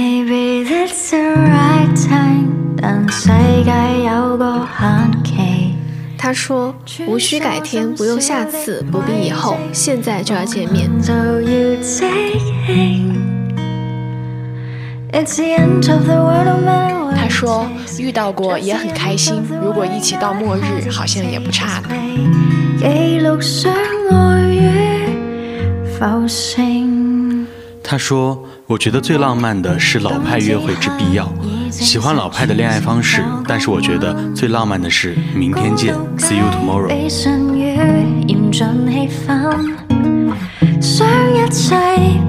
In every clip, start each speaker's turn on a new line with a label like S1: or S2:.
S1: Maybe that's the right time，但世界有個限期。
S2: 他说：“无需改天，不用下次，不必以后，
S1: 哎
S2: 现在就要见面。
S1: 就要即興 It's the end of the world no matter what
S3: 他说遇到过也很开心，如果一起到末日，好像也不差呢。
S1: 記錄相愛與浮星。
S4: 他说：“我觉得最浪漫的是老派约会之必要，喜欢老派的恋爱方式，但是我觉得最浪漫的是明天见，See you tomorrow。
S1: 被信與嚴峻氣氛，將一切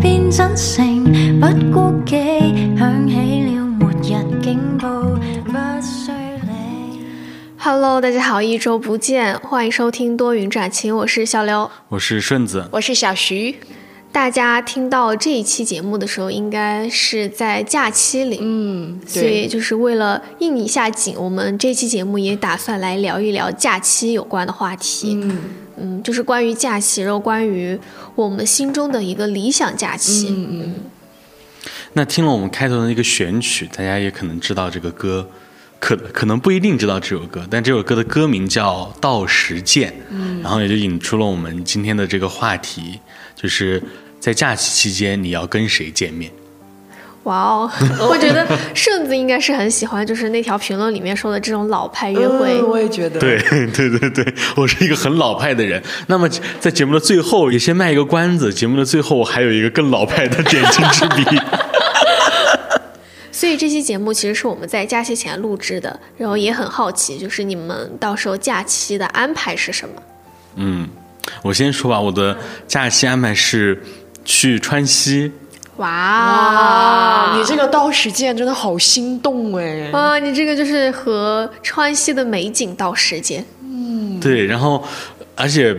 S1: 變真誠，不顧忌響起了末日警報，不需理。”
S2: Hello，大家好，一周不见，欢迎收听多云转晴，我是小刘。
S4: 我是顺子，
S3: 我是小徐，
S2: 大家听到这一期节目的时候，应该是在假期里，
S3: 嗯，
S2: 所以就是为了应一下景，我们这期节目也打算来聊一聊假期有关的话题。嗯就是关于假期，然后关于我们心中的一个理想假期。
S3: 嗯
S4: 那听了我们开头的那个选曲，大家也可能知道这个歌，可可能不一定知道这首歌，但这首歌的歌名叫《到时见》，然后也就引出了我们今天的这个话题，就是在假期期间你要跟谁见面？
S2: 哇哦， 我觉
S3: 嗯
S2: 得顺子应该是很喜欢，就是那条评论里面说的这种老派约会。
S5: 嗯我也觉得。
S4: 对对 对对，我是一个很老派的人。那么在节目的最后，也先卖一个关子，节目的最后我还有一个更老派的点睛之笔。
S2: 所以这期节目其实是我们在假期前录制的，然后也很好奇，就是你们到时候假期的安排是什么？
S4: 我先说吧，我的假期安排是去川西。
S2: 哇，
S3: 啊你
S2: 这
S3: 这个到时见真的好心动哎！
S2: 啊，你这个就是和川西的美景到时间，
S4: 对，然后而且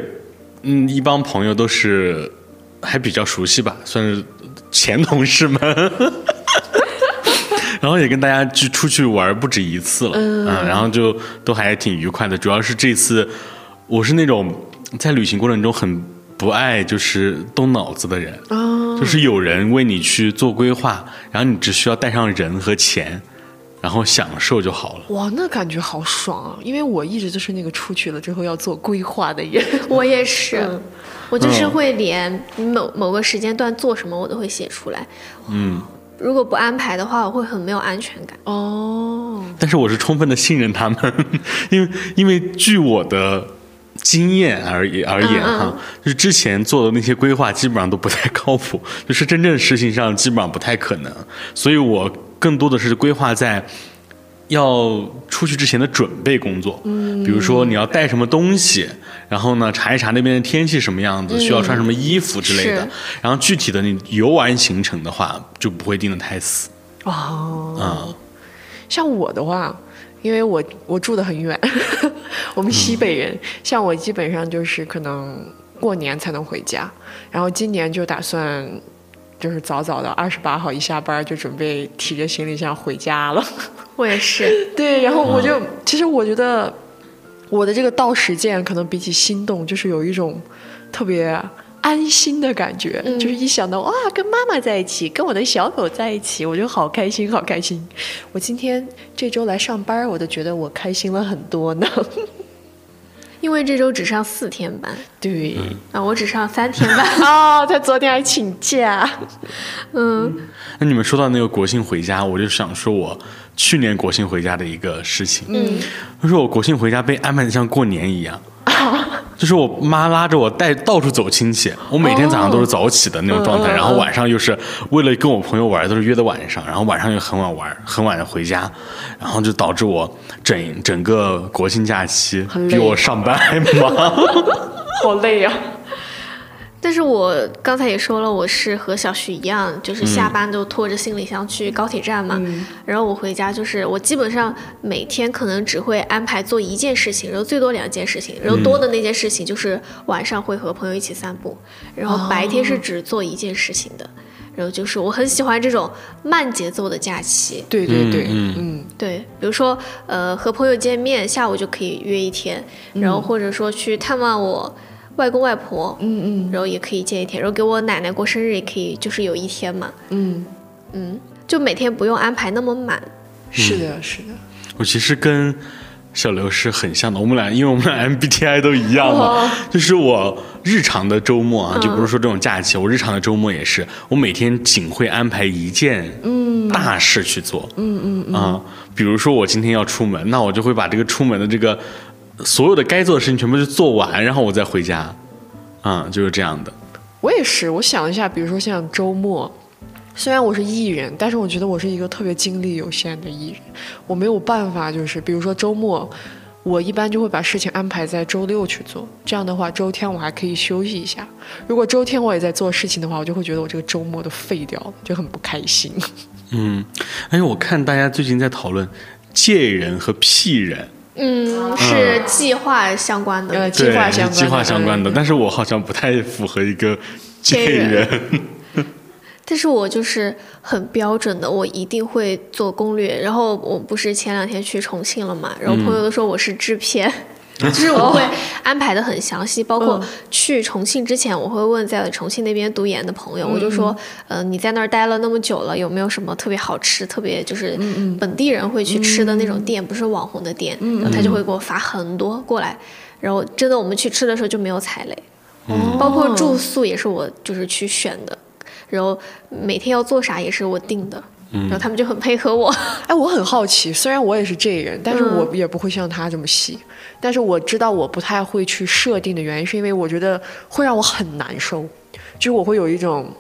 S4: 嗯，一帮朋友都是还比较熟悉吧，算是前同事们。然后也跟大家去出去玩不止一次了，嗯然后就都还挺愉快的。主要是这次我是那种在旅行过程中很不爱就是动脑子的人，就是有人为你去做规划，然后你只需要带上人和钱，然后享受就好了。
S3: 哇，那感觉好爽啊！因为我一直就是那个出去了之后要做规划的人。
S2: 我也是。我就是
S4: 嗯
S2: 会连某某个时间段做什么，我都会写出来。嗯，如果不安排的话，我会很没有安全感。
S3: 哦，
S4: 但是我是充分的信任他们， 因为因为据我的经验而言而言哈，就是之前做的那些规划基本上都不太靠谱， 就是真正事情上基本上不太可能，所以我更多的是规划在。要出去之前的准备工作，嗯，比如说你要带什么东西，然后呢查一查那边的天气什么样子，需要穿什么衣服之类的
S2: 是。
S4: 然后具体的你游玩行程的话，就不会定得太死。
S3: 哦，
S4: 嗯
S3: 像我的话，因为我我住的很远， 我们西北人，像我基本上就是可能过年才能回家，然后今年就打算就是早早的二十八号一下班就准备提着行李箱回家了。
S2: 我也是，
S3: 对，然后我就、其实我觉得我的这个到实践可能比起心动，就是有一种特别。安心的感觉，就是一想到哇，跟妈妈在一起，跟我的小狗在一起，我就好开心，好开心。我今天这周来上班，我都觉得我开心了很多呢。
S2: 因为这周只上四天班
S3: 对，
S2: 啊，我只上三天班。
S3: 啊、他昨天还请假，
S2: 嗯，
S4: 那你们说到那个国庆回家，我就想说我去年国庆回家的一个事情。嗯，就是我国庆回家被安排的像过年一样，就是我妈拉着我带到处走亲戚，我每天早上都是早起的那种状态，然后晚上又是为了跟我朋友玩，都是约的晚上，然后晚上又很晚玩，很晚回家，然后就导致我整整个国庆假期比我上班还忙。
S3: 好累啊！
S2: 但是我刚才也说了，我是和小徐一样，就是下班就拖着行李箱去高铁站嘛。然后我回家就是，我基本上每天可能只会安排做一件事情，然后最多两件事情，然后多的那件事情就是晚上会和朋友一起散步，然后白天是只做一件事情的。然后就是我很喜欢这种慢节奏的假期，
S3: 对对对，
S4: 嗯
S3: 嗯
S2: 对，比如说，呃，和朋友见面，下午就可以约一天，然后或者说去探望我外公外婆，嗯嗯，然后也可以见一天，然后给我奶奶过生日也可以，就是有一天嘛，
S3: 嗯，
S2: 嗯，就每天不用安排那么满。
S3: 是的，是的，
S4: 我其实跟小刘是很像的，我们俩因为我 们俩 MBTI 都一样嘛，就是我日常的周末啊，就不是说这种假期，我日常的周末也是，我每天仅会安排一件大事去做，嗯嗯啊，比如说我今天要出门，那我就会把这个出门的这个所有的该做的事情全部就做完，然后我再回家，啊、就是这样的，
S3: 我也是。我想一下，比如说像周末，虽然我是艺人，但是我觉得我是一个特别精力有限的艺人，我没有办法，就是比如说周末。我一般就会把事情安排在周六去做，这样的话周天我还可以休息一下。如果周天我也在做事情的话，我就会觉得我这个周末都废掉了，就很不开心。
S4: 嗯，哎，我看大家最近在讨论借人和屁人，
S2: 嗯，是计划相关的。
S3: 呃，计
S4: 对
S3: 划相关的，
S4: 计划相关的，
S3: 嗯
S4: 但是我好像不太符合一 个
S2: 借
S4: 借
S2: 人
S4: 人
S2: 但是我就是很标准的，我一定会做攻略。然后我不是前两天去重庆了嘛，然后朋友都说我是制片。 就是我会安排的很详细，包括去重庆之前，我会问在重庆那边读研的朋友，我就说，呃，你在那儿待了那么久了，有没有什么特别好吃、特别就是本地人会去吃的那种店，不是网红的店？然后他就会给我发很多过来，然后真的我们去吃的时候就没有踩雷，包括住宿也是我就是去选的，然后每天要做啥也是我定的，然后他们就很配合我。
S3: 哎，我很好奇，虽然我也是 J 人，但是
S4: 嗯
S3: 我也不会像他这么细。但是我知道我不太会去设定的原因，是因为我觉得会让我很难受，就是我会有一种，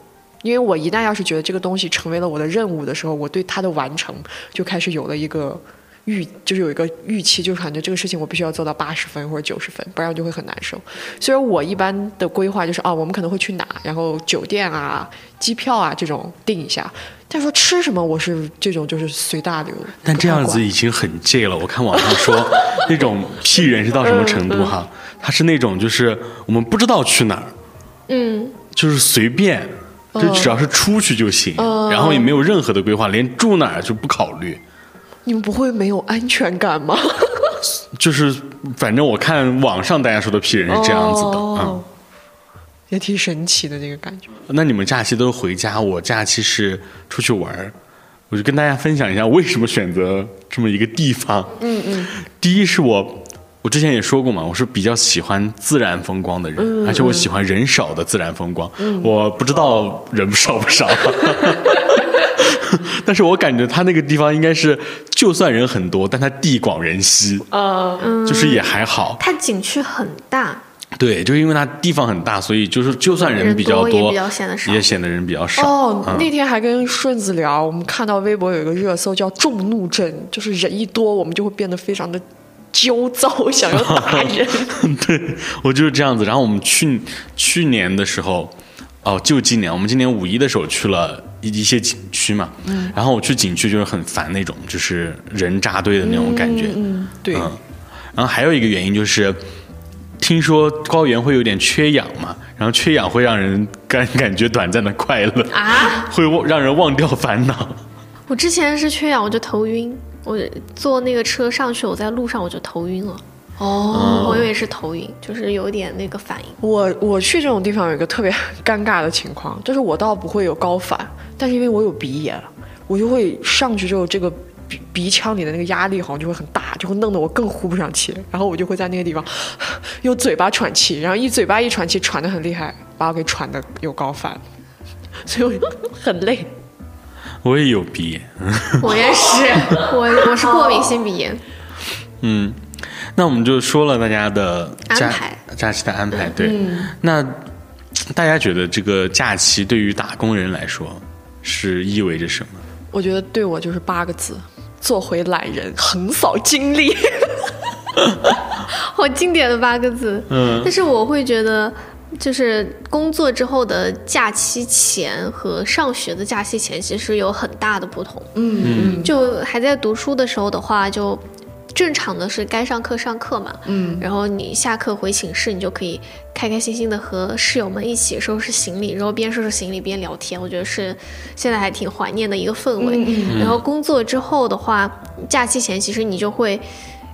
S3: 因为我一旦要是觉得这个东西成为了我的任务的时候，我对它的完成就开始有了一个预，就是有一个预期，就是感觉这个事情我必须要做到八十分或者九十分，不然我就会很难受。虽然我一般的规划就是啊，我们可能会去哪，然后酒店啊、机票啊这种定一下。但说吃什么，我是这种就是随大流。
S4: 但
S3: 不
S4: 这
S3: 太
S4: 样
S3: 管
S4: 子已经很贱了。我看网上 说那种屁人是到什么程
S3: 嗯
S4: 度哈？他是那种就是我们不知道去哪儿，
S2: 嗯，
S4: 就是随便，
S3: 哦
S4: 就只要是出去就行，然后也没有任何的规划，连住哪儿就不考虑。
S3: 你们不会没有安全感吗？
S4: 就是反正我看网上大家说的屁人是这样子的，
S3: 哦也挺神奇的那个感觉。
S4: 嗯。那你们假期都是回家，我假期是出去玩儿。我就跟大家分享一下为什么选择这么一个地方。嗯嗯。第一是我，我之前也说过嘛，我是比较喜欢自然风光的人，
S2: 嗯
S4: 而且我喜欢人少的自然风光。我不知道人少不少， 但是我感觉他那个地方应该是，就算人很多，但他地广人稀，
S3: 啊、
S2: 嗯
S4: 就是也还好。
S2: 它景区很大，
S4: 对，就是因为它地方很大，所以就是就算人比较
S2: 人多也
S4: 多，
S2: 比较显得少
S4: 也显得人比较少。
S3: 哦，
S4: 嗯、
S3: 那天还跟顺子聊，我们看到微博有一个热搜叫“众怒症”，就是人一多，我们就会变得非常的焦躁，想要打人。
S4: 对我就是这样子。然后我们去去年的时候，哦，就今年，我们今年五一的时候去了一一些景区嘛。然后我去景区就是很烦那种，就是人扎堆的那种感觉。
S3: 嗯， 对，
S4: 嗯然后还有一个原因就是，听说高原会有点缺氧嘛，然后缺氧会让人感感觉短暂的快乐
S2: 啊，
S4: 会忘让人忘掉烦恼。
S2: 我之前是缺氧，我就头晕，我坐那个车上去，我在路上我就头晕了。哦，我以为是头晕，就是有一点那个反应。
S3: 我我去这种地方有一个特别 尴尬的情况，就是我倒不会有高反，但是因为我有鼻炎，我就会上去之后，这个鼻鼻腔里的那个压力好像就会很大，就会弄得我更呼不上气，然后我就会在那个地方 用嘴巴喘气，然后一嘴巴一喘气，喘得很厉害，把我给喘得有高反， 所以我 很累。
S4: 我也有鼻炎。
S2: 我也是，我我是过敏性鼻炎。
S4: 嗯，那我们就说了大家的假
S2: 安排嗯
S4: 假期的安排。对，那大家觉得这个假期对于打工人来说是意味着什么？
S3: 我觉得对我就是八个字：做回懒人，横扫精 力。
S2: 好经典的八个字。嗯，但是我会觉得，就是工作之后的假期前和上学的假期前其实有很大的不同。嗯嗯，就还在读书的时候的话，就。正常的是该上课上课嘛，嗯，然后你下课回寝室，你就可以开开心心的和室友们一起收拾行李，然后边收拾行李边聊天，我觉得是现在还挺怀念的一个氛围。然后工作之后的话，假期前其实你就会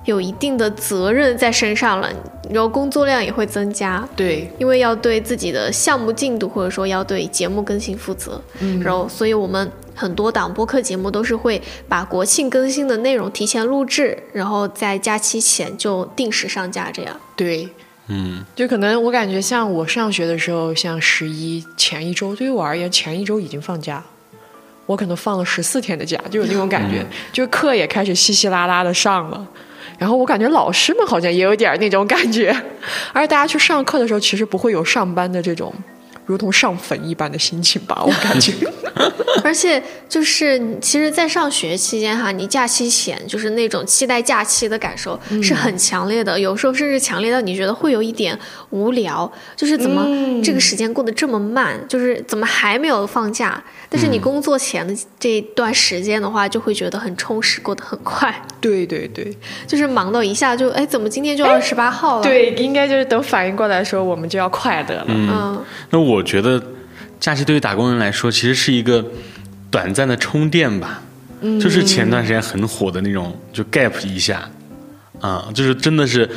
S2: 有一定的责任在身上了，然后工作量也会增加，
S3: 对，
S2: 因为要对自己的项目进度或者说要对节目更新负责，然后所以我们很多档播客节目都是会把国庆更新的内容提前录制，然后在假期前就定时上架，这样。
S3: 对，
S4: 嗯，
S3: 就可能我感觉像我上学的时候，像十一前一周，对于我而言，前一周已经放假了。我可能放了十四天的假，就有那种感觉，就课也开始稀稀拉拉的上了。然后我感觉老师们好像也有点那种感觉，而大家去上课的时候，其实不会有上班的这种如同上坟一般的心情吧？我感觉，
S2: 而且就是你，其实，在上学期间哈，你假期前就是那种期待假期的感受是很强烈的，有时候甚至强烈到你觉得会有一点无聊，就是怎么这个时间过得这么慢，就是怎么还没有放假？但是你工作前的这段时间的话，就会觉得很充实，过得很快，
S3: 对对对
S2: 就是忙到一下就哎，怎么今天就二十八号了？，
S3: 哎对，应该就是等反应过来的时候，我们就要快乐了。
S2: 嗯，
S4: 那我觉得假期对于打工人来说，其实是一个短暂的充电吧。
S2: 嗯
S4: 就是前段时间很火的那种，就 gap 一下，啊，就是真的是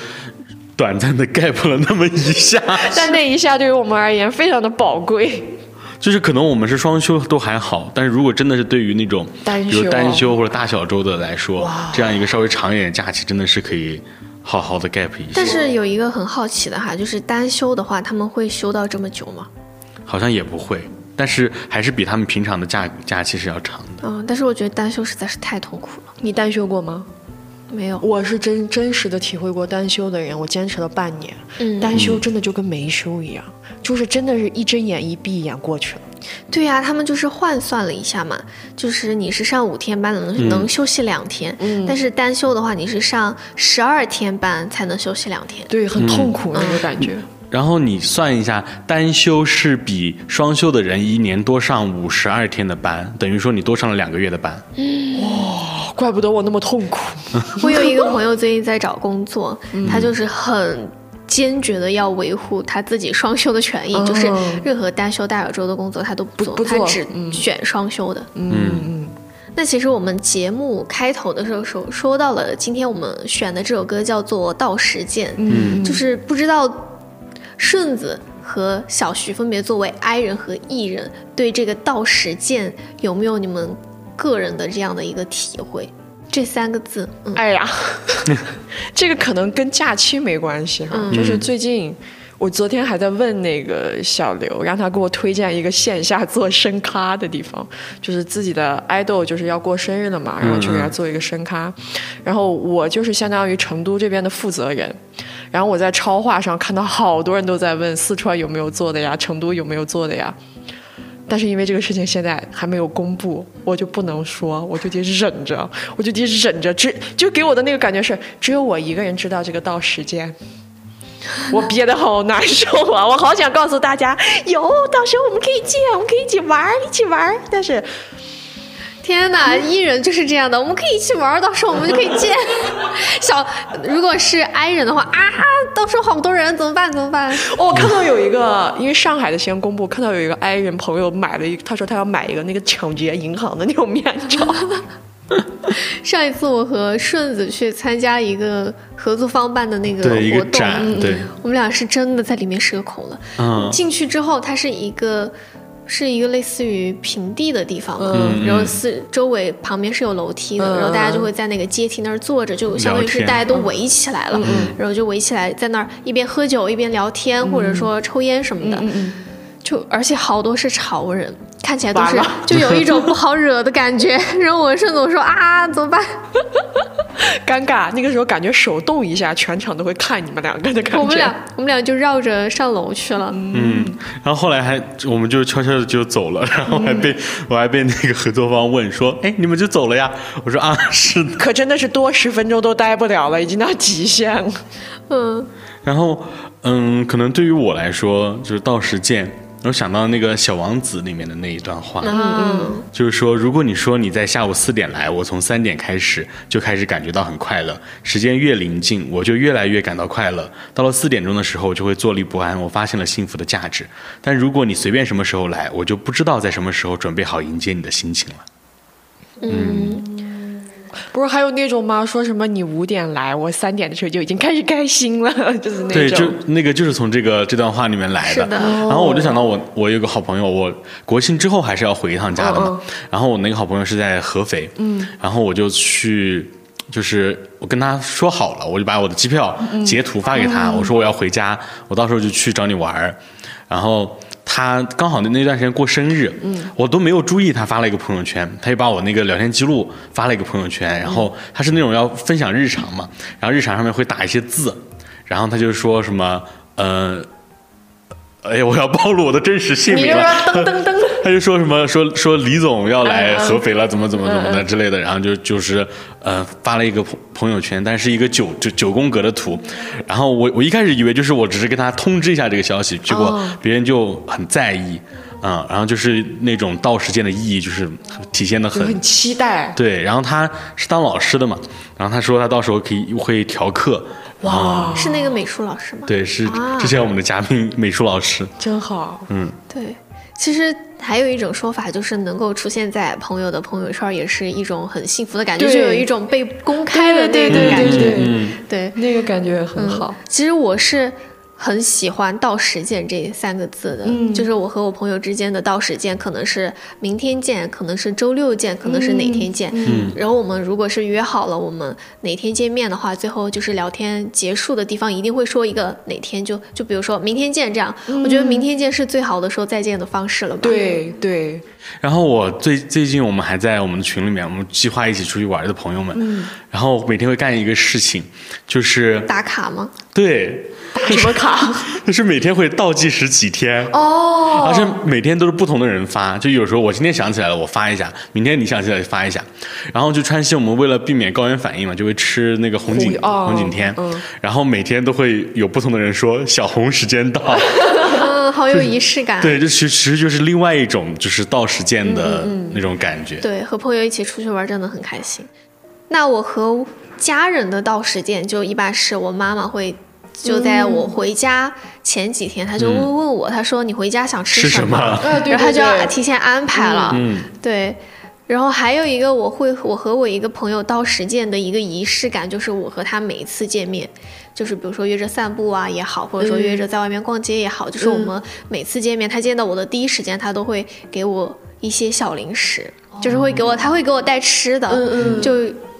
S4: 短暂的 gap 了那么一下。
S3: 但那一下对于我们而言非常的宝贵。
S4: 就是可能我们是双休都还好，但是如果真的是对于那种
S3: 单休
S4: 比如单休或者大小周的来说，这样一个稍微长一点的假期，真的是可以好好的 gap 一下
S2: 但。是有一个很好奇的哈，就是单休的话，他们会休到这么久吗？
S4: 好像也不会，但是还是比他们平常的假假期是要长的。
S2: 嗯，但是我觉得单休实在是太痛苦了，
S3: 你单休过吗？
S2: 没有。
S3: 我是真真实的体会过单休的人，我坚持了半年，
S2: 嗯
S3: 单休真的就跟没休一样，就是真的是一睁眼一闭眼过去了。
S2: 对呀、他们就是换算了一下嘛，就是你是上五天班能、能休息两天，但是单休的话，你是上十二天班才能休息两天。
S3: 对，很痛苦嗯那个感觉。
S4: 然后你算一下，单休是比双休的人一年多上五十二天的班，等于说你多上了两个月的班。
S3: 哦怪不得我那么痛苦。
S2: 我有一个朋友最近在找工作，他就是很。坚决的要维护他自己双休的权益，就是
S3: 哦
S2: 任何单休、大小周的工作他都不做，
S3: 不做
S2: 他只
S3: 嗯
S2: 选双休的。
S4: 嗯
S2: 那其实我们节目开头的时候说说到了，今天我们选的这首歌叫做《到时见》，
S3: 嗯
S2: 就是不知道顺子和小徐分别作为 I 人和 E 人，对这个到时见有没有你们个人的这样的一个体会？这三个字，嗯，
S3: 哎呀，这个可能跟假期没关系哈，就是最近。我昨天还在问那个小刘，让他给我推荐一个线下做生咖的地方，就是自己的爱豆就是要过生日了嘛，然后去给他做一个生咖，然后我就是相当于成都这边的负责人，然后我在超话上看到好多人都在问四川有没有做的呀，成都有没有做的呀，但是因为这个事情现在还没有公布，我就不能说，我就得忍着，我就得忍着。只就给我的那个感觉是，只有我一个人知道这个到 时间。我憋得好难受啊！我好想告诉大家，有，到时候我们可以见，我们可以一起玩儿，一起玩儿。但是
S2: 天哪，艺人就是这样的，我们可以一起玩儿，到时候我们就可以 见。小，如果是 I 人的话啊，到时候好多人怎么办？怎么办？
S3: 哦我看到有一个，因为上海的先公布，看到有一个 i 人朋友买了一，他说他要买一个那个抢劫银行的那种面 罩，
S2: 上一次我和顺子去参加一个合作方办的那个活
S4: 对一个
S2: 动，
S4: 展
S2: 嗯
S4: 对
S2: 我们俩是真的在里面社恐了。
S4: 嗯，
S2: 进去之后，它是一个是一个类似于平地的地方嘛，
S4: 嗯
S2: 然后四周围旁边是有楼梯的，
S3: 嗯
S2: 然后大家就会在那个阶梯那儿坐着，就相当于是
S4: 嗯聊天
S2: 大家都围起来了，然后就围起来在那儿一边喝酒一边聊天，或者说抽烟什么的，就而且好多是潮人。看起来都是
S3: 完了
S2: 就有一种不好惹的感觉， 然后我顺总说啊怎么办？
S3: 尴尬。那个时候感觉手动一下，全场都会看你们两个的感觉。
S2: 我们俩我们俩就绕着上楼去了。
S4: 嗯，然后后来还我们就悄悄的就走了，然后还被、我还被那个合作方问说，哎，你们就走了呀？我说啊，是的。
S3: 可真的是多十分钟都待不了了，已经到极限了。
S2: 嗯，
S4: 然后嗯，可能对于我来说，就是到时见，我想到那个《小王子》里面的那一段话，
S2: 嗯
S4: 就是说，如果你说你在下午四点来，我从三点开始就开始感觉到很快乐，时间越临近，我就越来越感到快乐。到了四点钟的时候，我就会坐立不安，我发现了幸福的价值。但如果你随便什么时候来，我就不知道在什么时候准备好迎接你的心情了。
S3: 不是还有那种吗？说什么你五点来，我三点的时候就已经开始开心了， 就是那种。
S4: 对，就那个就是从这个这段话里面来的。
S2: 是的
S4: 然后我就想到我我有个好朋友，我国庆之后还是要回一趟家的嘛。
S3: 嗯嗯
S4: 然后我那个好朋友是在合肥，嗯，然后我就去。就是我跟他说好了，我就把我的机票
S3: 嗯
S4: 截图发给他，我说我要回家，我到时候就去找你玩儿。然后他刚好那那段时间过生日，
S3: 嗯
S4: 我都没有注意他发了一个朋友圈，他就把我那个聊天记录发了一个朋友圈，然后
S3: 嗯
S4: 他是那种要分享日常嘛，然后日常上面会打一些字，然后他就说什么，呃，哎呀，我要暴露我的真实姓
S3: 你
S4: 名
S3: 就
S4: 了
S3: 说，噔噔噔，
S4: 他就说什么说说李总要来合肥了，怎么怎么怎么
S3: 嗯
S4: 的之类的，然后就就是呃发了一个朋朋友圈，但是一个九九九宫格的图，然后我我一开始以为就是我只是跟他通知一下这个消息，结
S3: 哦
S4: 果别人就很在意，嗯，然后就是那种道时间的意义就是体现的
S3: 就
S4: 很
S3: 很期待。
S4: 对，然后他是当老师的嘛，然后他说他到时候可以会调课，哇，
S2: 嗯是那个美术老师吗？
S4: 对，是
S2: 啊
S4: 之前我们的嘉宾美术老师，嗯
S3: 真好，
S2: 对，其实还有一种说法，就是能够出现在朋友的朋友圈，也是一种很幸福的感觉，
S3: 对
S2: 就有一种被公开的那
S3: 对
S2: 种
S3: 对
S2: 感
S3: 对
S2: 觉。
S3: 对，
S4: 嗯，
S2: 对，
S3: 那个感觉很好。
S2: 嗯其实我是。很喜欢“到实践”这三个字的，就是我和我朋友之间的“到实践”，可能是明天见，可能是周六见，可能是哪天见。
S4: 嗯
S2: 然后我们如果是约好了我们哪天见面的话，最后就是聊天结束的地方一定会说一个哪天就就比如说明天见这样。我觉得明天见是最好的说再见的方式了吧。
S3: 对对，
S4: 然后我最最近我们还在我们的群里面，我们计划一起出去玩的朋友们，
S3: 嗯
S4: 然后每天会干一个事情，就是
S2: 打卡吗？
S4: 对，
S3: 什么卡？
S4: 就是每天会倒计时几天哦，而且每天都是不同的人发，就有时候我今天想起来了我发一下，明天你想起来就发一下，然后就川西我们为了避免高原反应嘛，就会吃那个红景
S3: 红哦
S4: 红景天
S3: 嗯，
S4: 然后每天都会有不同的人说小红时间到。
S2: 嗯，好有仪式感。
S4: 对，这其实其实就是另外一种，就是到时间的那种感觉。
S2: 对和朋友一起出去玩真的很开心。那我和家人的到时间就一般是我妈妈会。就在
S4: 嗯
S2: 我回家前几天，她就问问我，她说你回家想
S4: 吃
S2: 什
S4: 什么
S3: 啊，对
S2: 然后她
S3: 对
S2: 就要
S3: 对
S2: 提前安排了。
S4: 嗯，
S2: 对，然后还有一个我会，我和我一个朋友到实践的一个仪式感，就是我和他每一次见面，就是比如说约着散步啊也好，或者说约着在外面逛街也好，
S3: 嗯
S2: 就是我们每次见面，他见到我的第一时间，他都会给我一些小零食，就是会给我，他会给我带吃的，
S3: 哦嗯嗯
S2: 就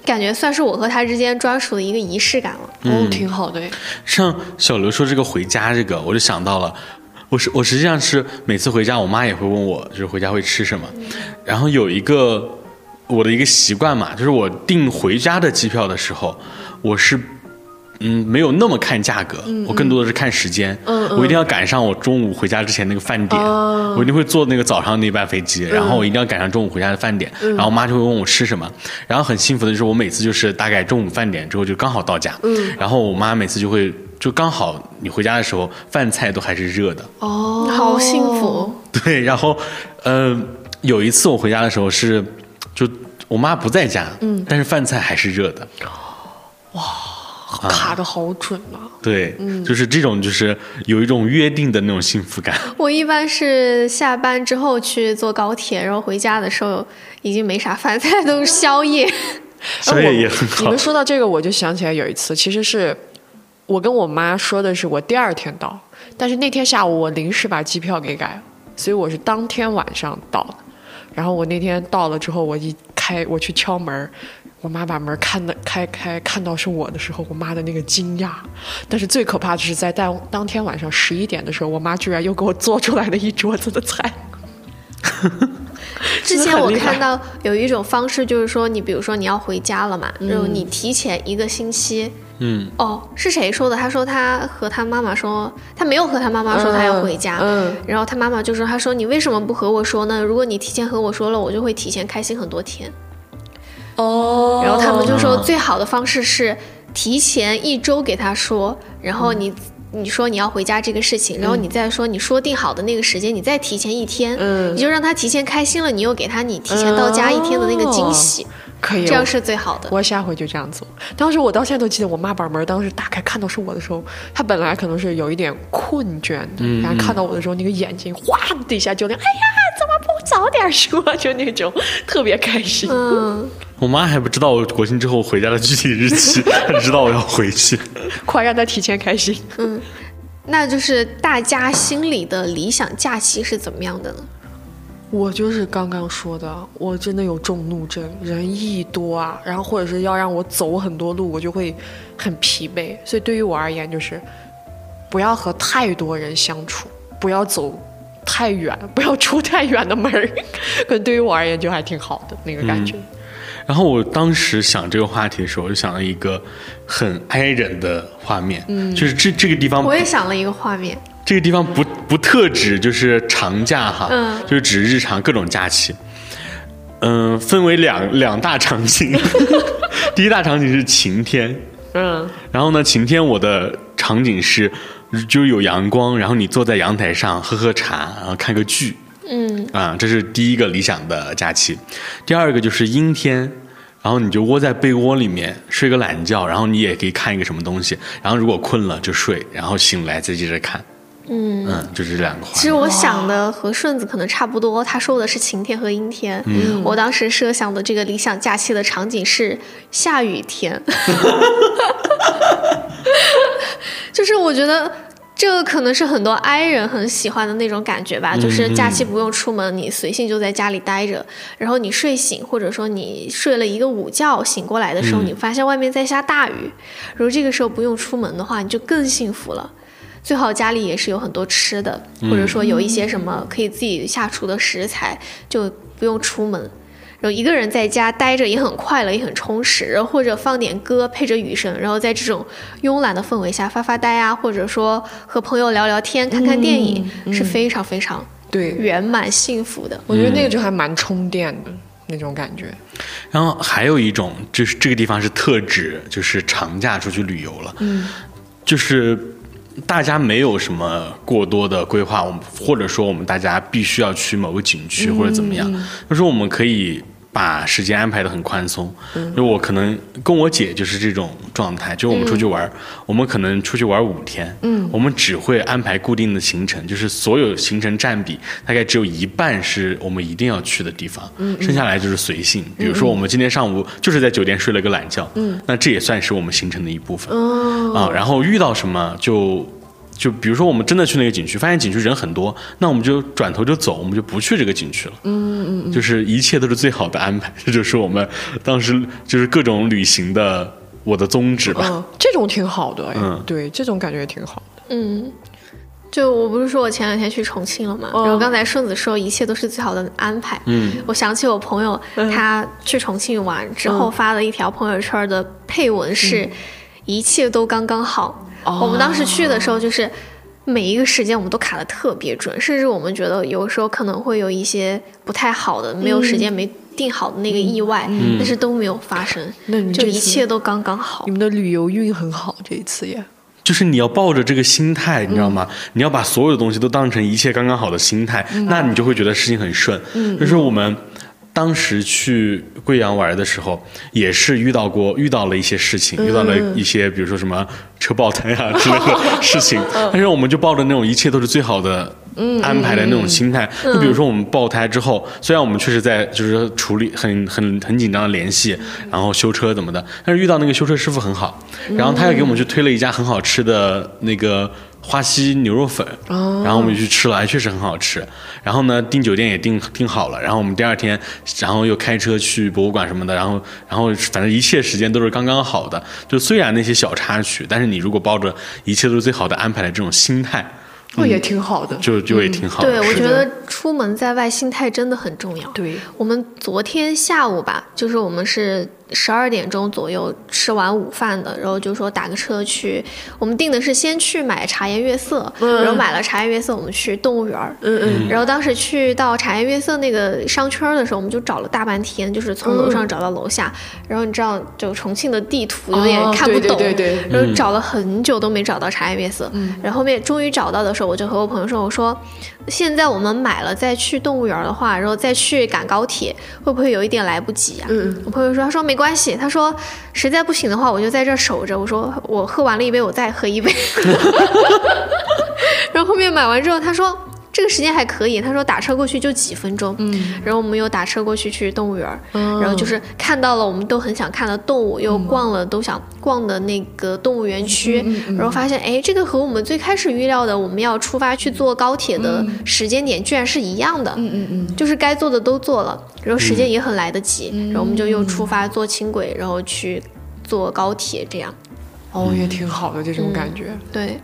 S2: 感觉算是我和他之间专属的一个仪式感了。
S3: 哦，挺好的诶。
S4: 像小刘说这个回家这个，我就想到了，我实我实际上是每次回家，我妈也会问我，就是回家会吃什么。然后有一个我的一个习惯嘛，就是我订回家的机票的时候，我是。嗯，没有那么看价格，我更多的是看时间。
S3: 嗯嗯
S4: 我一定要赶上我中午回家之前那个饭点，
S3: 哦嗯
S4: 我一定会坐那个早上那班飞机，然后我一定要赶上中午回家的饭点。然后我妈就会问我吃什么，然后很幸福的就是我每次就是大概中午饭点之后就刚好到家，
S3: 嗯
S4: 然后我妈每次就会就刚好你回家的时候饭菜都还是热的，
S3: 哦，
S2: 好幸福，
S4: 对，然后，呃，有一次我回家的时候是，就我妈不在家，嗯，但是饭菜还是热的，
S3: 卡的好准啊！
S4: 对，就是这种就是有一种约定的那种幸福感，
S3: 哎
S2: 我一般是下班之后去坐高铁，然后回家的时候已经没啥饭菜，都是宵 夜。
S4: 所
S3: 哎我
S4: 以也很
S3: 你
S4: 好
S3: 们。说到这个，我就想起来有一次，其实是我跟我妈说的是我第二天到，但是那天下午我临时把机票给改了，所以我是当天晚上到的。然后我那天到了之后，我一开我去敲门儿，我妈把门看的开开看到是我的时候，我妈的那个惊讶。但是最可怕的是在当当天晚上十一点的时候，我妈居然又给我做出来了一桌子的菜。
S2: 之前
S3: 真的
S2: 我
S3: 很厉害
S2: 看到有一种方式，就是说你比如说你要回家了
S3: 嗯
S2: 嘛，然后你提前一个星期。
S4: 嗯，
S2: 哦，是谁说的？他说他和他妈妈说，他没有和他妈妈说他要回家，
S3: 嗯嗯
S2: 然后他妈妈就说，他说你为什么不和我说呢？如果你提前和我说了，我就会提前开心很多天。
S3: 哦
S2: 然后他们就说最好的方式是提前一周给他说，然后
S3: 嗯
S2: 你、你说你要回家这个事情，然后你再说你说定好的那个时间，你再提前一天，
S3: 嗯
S2: 你就让他提前开心了，你又给他你提前到家一天的那个惊喜，
S3: 可以，
S2: 这样是最好的。
S3: 我下回就这样做。当时我到现在都记得，我妈把门当时打开看到是我的时候，她本来可能是有一点困倦的，然后看到我的时候，那个眼睛哗 底下就那，哎呀，怎么不早点说？就那种特别开心。
S2: 嗯，
S4: 我妈还不知道我国庆之后回家的具体日 期，她知道我要回去。
S3: 快让他提前开心。
S2: 那就是大家心里的理想假期是怎么样的呢？
S3: 我就是刚刚说的，我真的有众怒症，人一多啊，然后或者是要让我走很多路，我就会很疲惫。所以对于我而言，就是不要和太多人相处，不要走太远，不要出太远的门儿。可能对于我而言，就还挺好的那个感觉。
S4: 然后我当时想这个话题的时候，我就想了一个很哀人的画面，
S3: 嗯
S4: 就是这这个地方
S2: 我也想了一个画面，
S4: 这个地方不不特指就是长假哈，
S2: 嗯
S4: 就是指日常各种假期。嗯、分为两两大场 景， 第一大场景是晴天，
S3: 嗯
S4: 然后呢，晴天我的场景是就是有阳光，然后你坐在阳台上喝喝茶，然后看个剧，
S2: 嗯，
S4: 啊，这是第一个理想的假期。第二个就是阴天，然后你就窝在被窝里面睡个懒觉，然后你也可以看一个什么东西，然后如果困了就睡，然后醒来再接着看。嗯就是这两个话。
S2: 其实我想的和顺子可能差不多，他说的是晴天和阴天。嗯，我当时设想的这个理想假期的场景是下雨天，就是我觉得。这个可能是很多 i 人很喜欢的那种感觉吧，就是假期不用出门，你随性就在家里待着，然后你睡醒，或者说你睡了一个午觉醒过来的时候，你发现外面在下大雨，如果这个时候不用出门的话，你就更幸福了。最好家里也是有很多吃的，或者说有一些什么可以自己下厨的食材，就不用出门。然后一个人在家待着也很快乐，也很充实。然后或者放点歌配着雨声，然后在这种慵懒的氛围下发发呆啊，或者说和朋友聊聊天、看看电影，是非常非常
S3: 对，
S2: 圆满幸福的。
S3: 我觉得那个就还蛮充电的那种感觉。
S4: 然后还有一种就是这个地方是特指就是长假出去旅游了，嗯，就是大家没有什么过多的规划，我们或者说我们大家必须要去某个景区或者怎么样，就是我们可以。把时间安排的很宽松，就我可能跟我姐就是这种状态，就我们出去玩，我们可能出去玩五天，嗯，我们只会安排固定的行程，就是所有行程占比大概只有一半是我们一定要去的地方，剩下来就是随性。比如说我们今天上午就是在酒店睡了个懒觉，嗯，那这也算是我们行程的一部分，啊，然后遇到什么就。就比如说，我们真的去那个景区，发现景区人很多，那我们就转头就走，我们就不去这个景区了。嗯嗯嗯，就是一切都是最好的安排， 这就是我们当时就是各种旅行的我的宗旨吧。
S3: 嗯，这种挺好的哎，
S4: 嗯
S3: 对，这种感觉也挺好的。
S2: 嗯，就我不是说我前两天去重庆了嘛，
S3: 哦
S2: 然后刚才顺子说一切都是最好的安排。嗯，我想起我朋友、
S3: 嗯
S2: 他去重庆玩之后发了一条朋友圈的配
S3: 嗯
S2: 文是“一切都刚刚好”
S3: 哦
S2: 我们当时去的时候就是。每一个时间我们都卡的特别准，甚至我们觉得有时候可能会有一些不太好的、没有
S3: 嗯
S2: 时间没定好的那个意外，但是都没有发生，
S3: 那你
S2: 就
S3: 这
S2: 一
S3: 次
S2: 切都刚刚好
S3: 你。们的旅游运很好，这一次也。
S4: 就是你要抱着这个心态，你知道吗？你要把所有的东西都当成一切刚刚好的心态，那你就会觉得事情很顺。就是我们当时去贵阳玩的时候，也是遇到过遇到了一些事情，遇到了一些比如说什么车爆胎啊之类的事情，但是我们就抱着那种一切都是最好的。安排的那种心态，就比如说我们爆胎之后，虽然我们确实在就是处理很很很紧张的联系，然后修车怎么的，但是遇到那个修车师傅很好，然后他又给我们去推了一家很好吃的那个花溪牛肉粉，
S2: 哦
S4: 然后我们就去吃了，还确实很好吃。然后呢，订酒店也订订好了，然后我们第二天，然后又开车去博物馆什么的，然后然后反正一切时间都是刚刚好的。就虽然那些小插曲，但是你如果抱着一切都是最好的安排的这种心态，
S3: 哦，也挺好的。
S4: 嗯就就也挺好的。
S2: 对，我
S4: 是
S2: 觉
S4: 的
S2: 得出门在外心态真的很重要。
S3: 对，
S2: 我们昨天下午吧，就是我们是十二点钟左右吃完午饭的，然后就说打个车去。我们定的是先去买茶颜悦色，然后买了茶颜悦色，我们去动物园儿。
S3: 嗯嗯，
S2: 然后当时去到茶颜悦色那个商圈儿的时候，我们就找了大半天，就是从楼
S3: 嗯
S2: 上找到楼下。然后你知道，就重庆的地图有点
S3: 哦
S2: 看不
S3: 对
S2: 懂，
S3: 对对嗯
S2: 然后找了很久都没找到茶颜悦色。然后后面终于找到的时候，我就和我朋友说：“我说，现在我们买了再去动物园儿的话，然后再去赶高铁，会不会有一点来不及啊？”我朋友说：“他说没关系，他说实在不行的话，我就在这儿守着。”我说：“ 我喝完了一杯，我再喝一杯。”然后后面买完之后，他说：“这个时间还可以。他说打车过去就几分钟，嗯，然后我们又打车过去去动物园儿，然后就是看到了我们都很想看的动物，又逛了都想逛的那个动物园区，然后发现哎，这个和我们最开始预料的我们要出发去坐高铁的时间点居然是一样嗯的，嗯嗯嗯，就是该做的都做了，然后时间也很来得及，然后我们就又出发坐轻轨，然后去坐高铁这样。
S3: 哦，也挺好的这种感觉。
S2: 对，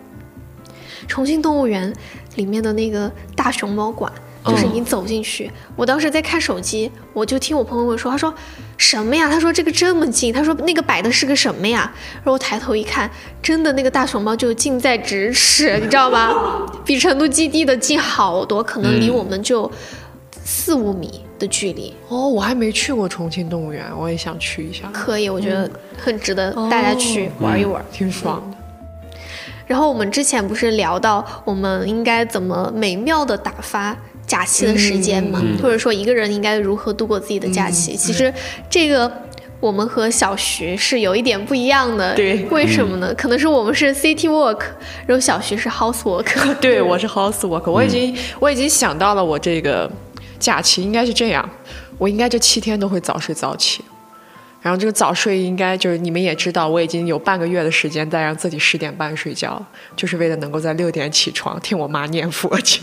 S2: 重庆动物园里面的那个大熊猫馆，就是你走进去，我当时在看手机，我就听我朋友们说，他说什么呀？他说这个这么近，他说那个摆的是个什么呀？然后我抬头一看，真的那个大熊猫就近在咫尺，你知道吗？比成都基地的近好多，可能离我们就四五米的距离。
S3: 哦，我还没去过重庆动物园，我也想去一下，
S2: 可以，我觉得很值得大家去玩一玩。
S3: 挺爽的。
S2: 然后我们之前不是聊到我们应该怎么美妙的打发假期的时间嘛，
S3: 嗯
S2: 或者说一个人应该如何度过自己的假期？其实这个我们和小徐是有一点不一样的，
S3: 对嗯
S2: 为什么呢？可能是我们是 city walk，然后小徐是 house walk，
S3: 对，我是 house work，我已经、我已经想到了，我这个假期应该是这样，我应该这七天都会早睡早起。然后这个早睡应该就是你们也知道，我已经有半个月的时间在让自己十点半睡觉，就是为了能够在六点起床听我妈念佛 经。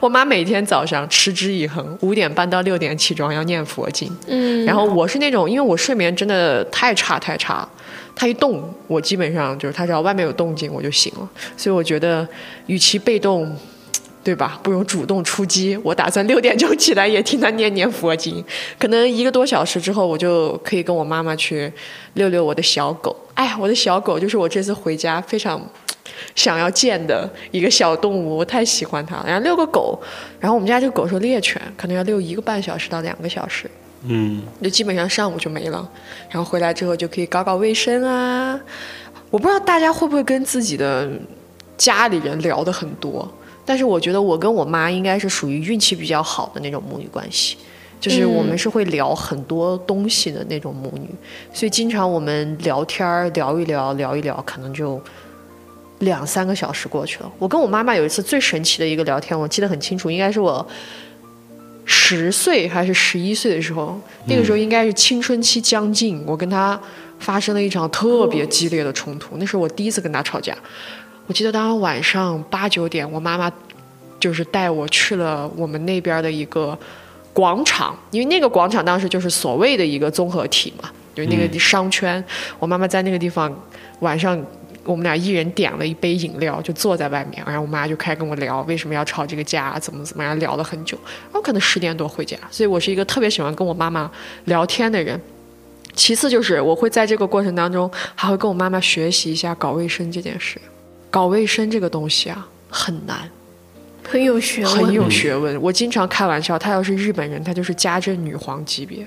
S3: 我妈每天早上持之以恒，五点半到六点起床要念佛经。嗯，然后我是那种，因为我睡眠真的太差太差了，她一动我基本上就是她只要外面有动静我就醒了，所以我觉得与其被动。对吧？不如主动出击。我打算六 点钟起来也听她念念佛经，可能一个多小时之后，我就可以跟我妈妈去遛遛我的小狗。哎，我的小狗就是我这次回家非常想要见的一个小动物，我太喜欢它了。然后遛个狗，然后我们家这个狗是猎犬，可能要遛一个半小时到两个小时。
S4: 嗯，
S3: 就基本上上午就没了，然后回来之后就可以搞搞卫生啊。我不知道大家会不会跟自己的家里人聊的很多，但是我觉得我跟我妈应该是属于运气比较好的那种母女关系，就是我们是会聊很多东西的那种母女，所以经常我们聊天儿聊一聊聊一聊，可能就两三个小时过去了。我跟我妈妈有一次最神奇的一个聊天，我记得很清楚，应该是我十岁还是十一岁的时候，那个时候应该是青春期将近，我跟她发生了一场特别激烈的冲突，那是我第一次跟她吵架。我记得当天晚上八九点，我妈妈就是带我去了我们那边的一个广场，因为那个广场当时就是所谓的一个综合体嘛，就是那个商圈。我妈妈在那个地方晚上，我们俩一人点了一杯饮料，就坐在外面，然后我妈就开始跟我聊为什么要吵这个架，怎么怎么样，聊了很久。然后可能十点多回家，所以我是一个特别喜欢跟我妈妈聊天的人。其次就是我会在这个过程当中，还会跟我妈妈学习一下搞卫生这件事。搞卫生这个东西啊，很难，
S2: 很有学问，
S3: 很有学问。我经常开玩笑，她要是日本人，她就是家政女皇级别，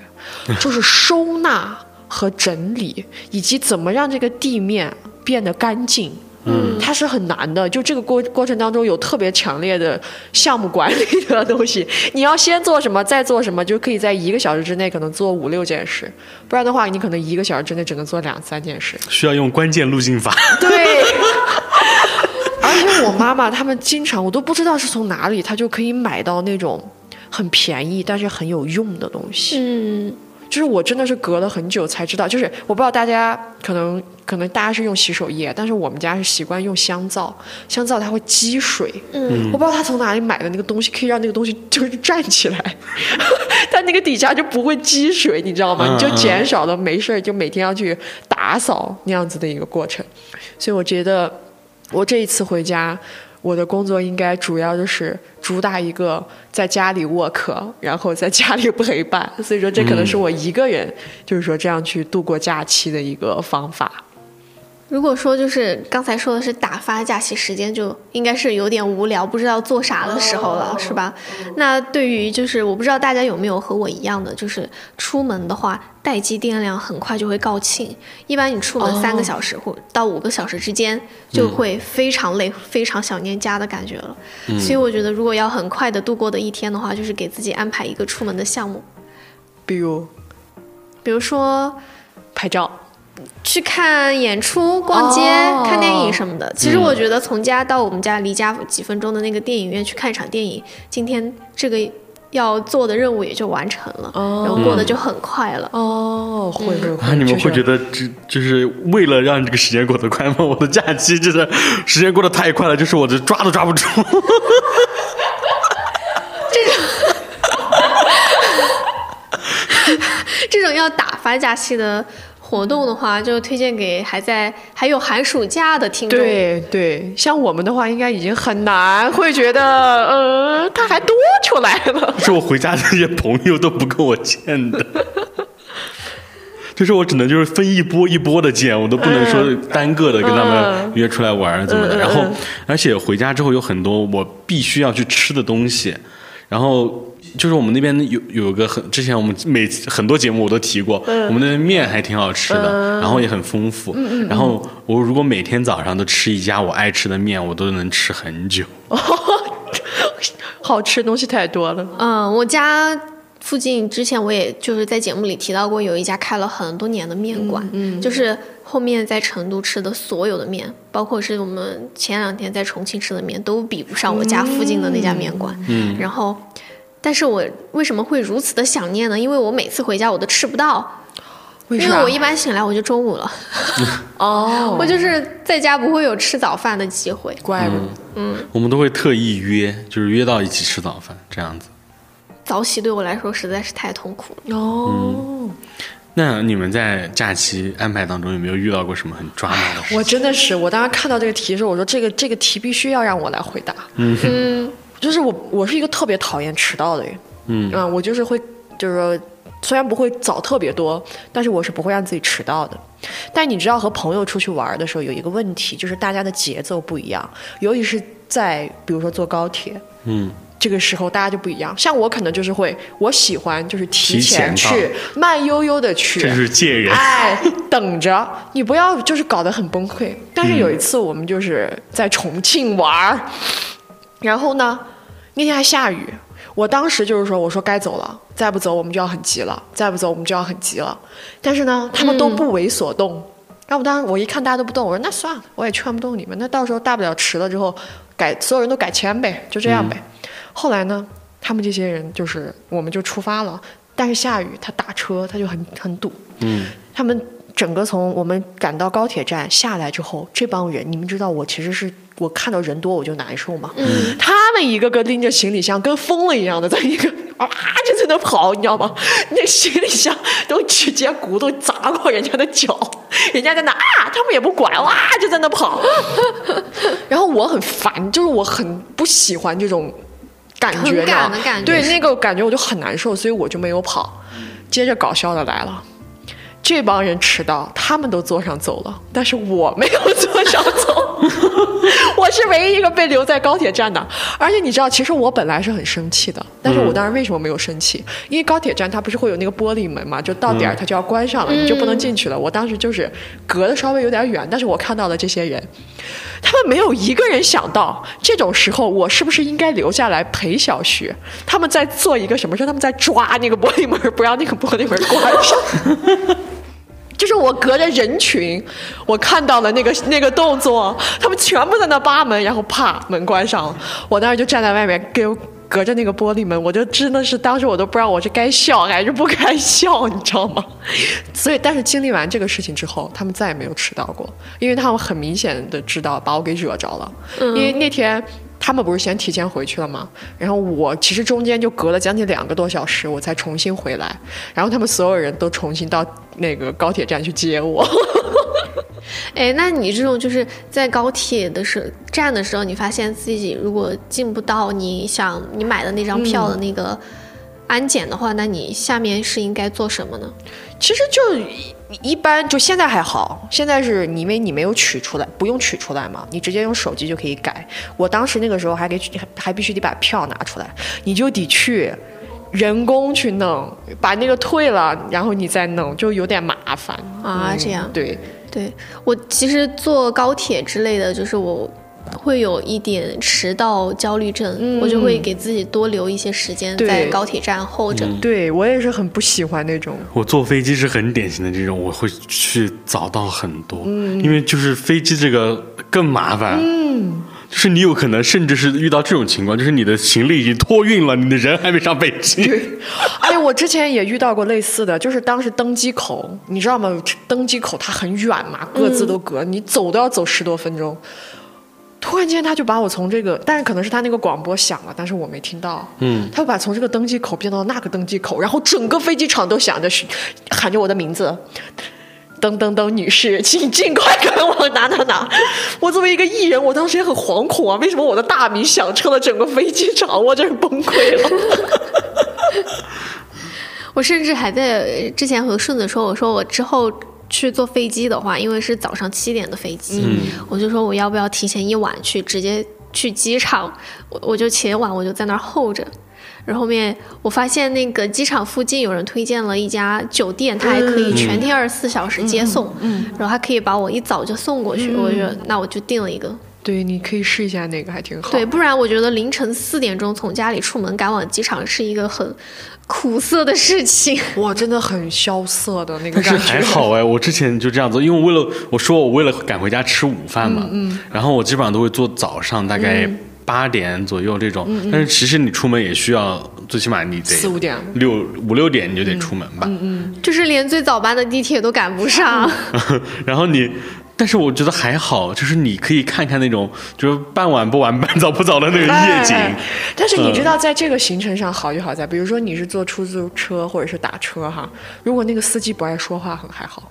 S3: 就是收纳和整理，以及怎么让这个地面变得干净。嗯，它是很难的。就这个过过程当中，有特别强烈的项目管理的东西。你要先做什么，再做什么，就可以在一个小时之内可能做五六件事，不然的话，你可能一个小时之内只能做两三件事。
S4: 需要用关键路径法。
S3: 对。而且我妈妈他们经常，我都不知道是从哪里，她就可以买到那种很便宜但是很有用的东西。
S2: 嗯。
S3: 就是我真的是隔了很久才知道，就是我不知道大家可能可能大家是用洗手液，但是我们家是习惯用香皂，香皂它会积水。嗯，我不知道他从哪里买的那个东西，可以让那个东西就是站起来， 它那个底下就不会积水，你知道吗？
S4: 嗯
S3: 你就
S4: 嗯
S3: 减少了没事儿就每天要去打扫那样子的一个过程。所以我觉得我这一次回家。我的工作应该主要就是主打一个在家里 work，然后在家里陪伴，所以说这可能是我一个人，就是说这样去度过假期的一个方法。
S2: 如果说就是刚才说的是打发假期时间，就应该是有点无聊，不知道做啥的时候了，是吧？那对于就是我不知道大家有没有和我一样的，就是出门的话，待机电量很快就会告罄。一般你出门三个小时或到五个小时之间，就会非常累，非常想念家的感觉了。所以我觉得，如果要很快的度过的一天的话，就是给自己安排一个出门的项目，
S3: 比如
S2: 比如说
S3: 拍照，
S2: 去看演出、逛街、
S3: 哦
S2: 看电影什么的。其实我觉得从家到我们家离家几分钟的那个电影院去看一场电影，今天这个要做的任务也就完成了，
S3: 哦
S2: 然后过得就很快了。
S3: 哦，会会会，
S4: 啊，你们
S3: 就
S4: 会
S3: 是
S4: 觉得这就是为了让这个时间过得快吗？我的假期真的时间过得太快了，就是我这抓都抓不住。
S2: 这种要打发假期的活动的话，就推荐给还在还有寒暑假的听众。
S3: 对对，像我们的话，应该已经很难会觉得，呃，他还多出来了。
S4: 是我回家的这些朋友都不跟我见的，就是我只能就是分一波一波的见，我都不能说单个的跟他们
S3: 嗯
S4: 约出来玩儿怎么的。然后，而且回家之后有很多我必须要去吃的东西，然后。就是我们那边有有个很之前我们每很多节目我都提过，我们那边面还挺好吃的，然后也很丰富。然后我如果每天早上都吃一家我爱吃的面，我都能吃很久。
S3: 好吃的东西太多了，
S2: 嗯，我家附近之前我也就是在节目里提到过，有一家开了很多年的面馆，嗯，就是后面在成都吃的所有的面，包括是我们前两天在重庆吃的面，都比不上我家附近的那家面馆，嗯，然后。但是我为什么会如此的想念呢？因为我每次回家我都吃不到，
S3: 为
S2: 因
S3: 啥？
S2: 为我一般醒来我就中午了，
S3: 哦，
S2: 我就是在家不会有吃早饭的机会。
S3: 怪不得。
S4: 我们都会特意约，就是约到一起吃早饭这样子。
S2: 早起对我来说实在是太痛苦了。嗯
S3: 哦，
S4: 那你们在假期安排当中有没有遇到过什么很抓马的事？
S3: 我真的是，我当时看到这个题的时候，我说这个这个题必须要让我来回答。嗯，就是我我是一个特别讨厌迟到的人。
S4: 嗯
S3: 啊，我就是会，就是说虽然不会早特别多，但是我是不会让自己迟到的。但你知道，和朋友出去玩的时候有一个问题，就是大家的节奏不一样，尤其是在比如说坐高铁，
S4: 嗯，
S3: 这个时候大家就不一样。像我可能就是会，我喜欢就是提
S4: 提前
S3: 前
S4: 到
S3: 去，慢悠悠的去，
S4: 这就是借人。
S3: 哎，等着，你不要就是搞得很崩溃。但是有一次我们就是在重庆玩儿，然后呢，那天还下雨，我当时就是说，我说该走了，再不走我们就要很急了，再不走我们就要很急了。但是呢，他们都不为所动。然后我当时我一看大家都不动，我说那算了，我也劝不动你们，那到时候大不了迟了之后改，所有人都改签呗，就这样呗。后来呢，他们这些人就是我们就出发了，但是下雨，他打车他就很很堵，
S4: 嗯，
S3: 他们整个从我们赶到高铁站下来之后，这帮人，你们知道我其实是我看到人多我就难受嘛。嗯，他们一个个拎着行李箱，跟疯了一样的，在一个 啊就在那跑，你知道吗？那行李箱都直接骨头砸过人家的脚，人家在那啊，他们也不管，哇、就在那跑。 然后我很烦，就是我很不喜欢这种感觉，
S2: 很
S3: 你知道
S2: 赶
S3: 吗
S2: 的感觉
S3: 对
S2: 是
S3: 那个感觉我就很难受，所以我就没有跑。接着搞笑的来了。这帮人迟到，他们都坐上走了，但是我没有坐上走，我是唯一一个被留在高铁站的。而且你知道，其实我本来是很生气的，但是我当时为什么没有生气？因为高铁站它不是会有那个玻璃门嘛，就到点儿它就要关上了，你就不能进去了。我当时就是隔的稍微有点远，但是我看到了这些人，他们没有一个人想到这种时候我是不是应该留下来陪小徐？他们在做一个什么事？他们在抓那个玻璃门，不让那个玻璃门关上。就是我隔着人群，我看到了那个那个动作，他们全部在那扒门，然后啪门关上了。我当时就站在外面，给我隔着那个玻璃门，我就真的是当时我都不知道我是该笑还是不该笑，你知道吗？ 所以，但是经历完这个事情之后，他们再也没有迟到过，因为他们很明显的知道把我给惹着了，因为那天。他们不是先提前回去了吗？然后我其实中间就隔了将近两个多小时，我才重新回来。然后他们所有人都重新到那个高铁站去接我。
S2: 哎，那你这种就是在高铁的时站的时候，你发现自己如果进不到你想你买的那张票的那个安检的话，那你下面是应该做什么呢？
S3: 其实就一一般，就现在还好，现在是你因为你没有取出来，不用取出来嘛，你直接用手机就可以改。我当时那个时候还给还还必须得把票拿出来，你就得去。人工去弄，把那个退了，然后你再弄，就有点麻烦
S2: 啊这样
S3: 对，
S2: 对我其实坐高铁之类的，就是我会有一点迟到焦虑症，我就会给自己多留一些时间
S3: 对
S2: 在高铁站候着。
S3: 对我也是很不喜欢那种，
S4: 我坐飞机是很典型的这种，我会去早到很多，因为就是飞机这个更麻烦。就是你有可能甚至是遇到这种情况，就是你的行李已经托运了，你的人还没上飞机。
S3: 哎，我之前也遇到过类似的，就是当时登机口，你知道吗？登机口它很远嘛，各自都隔，你走都要走十多分钟。突然间，他就把我从这个，但是可能是他那个广播响了，但是我没听到。
S4: 嗯，
S3: 他就把从这个登机口变到那个登机口，然后整个飞机场都响着是喊着我的名字。等等等，女士，请尽快赶往哪哪哪！我作为一个艺人，我当时也很惶恐啊，为什么我的大名响彻了整个飞机场？我真是崩溃了。
S2: 我甚至还在呃之前和顺子说，我说我之后去坐飞机的话，因为是早上七点的飞机，我就说我要不要提前一晚去，直接去机场，我我就前晚我就在那儿候着。然后后面我发现那个机场附近有人推荐了一家酒店，它还可以全天二十四小时接送，然后还可以把我一早就送过去。我就那我就订了一个，
S3: 对，你可以试一下那个，还挺好。
S2: 对，不然我觉得凌晨四点钟从家里出门赶往机场是一个很苦涩的事情。
S3: 哇，真的很萧瑟的那个
S4: 但
S3: 感
S4: 是
S3: 觉。
S4: 还好哎，我之前就这样做，因为我为了我说我为了赶回家吃午饭嘛，
S3: 嗯
S4: 然后我基本上都会做早上大概八点左右这种，但是其实你出门也需要最起码你得
S3: 嗯四五点嗯
S4: 六五六点你就得出门吧，
S2: 就是连最早班的地铁都赶不上。
S3: 嗯
S4: 然后你，但是我觉得还好，就是你可以看看那种就是半晚不晚、半早不早的那个夜景。
S3: 哎但是你
S4: 嗯
S3: 知道，在这个行程上好就好在，比如说你是坐出租车或者是打车哈，如果那个司机不爱说话，很还好。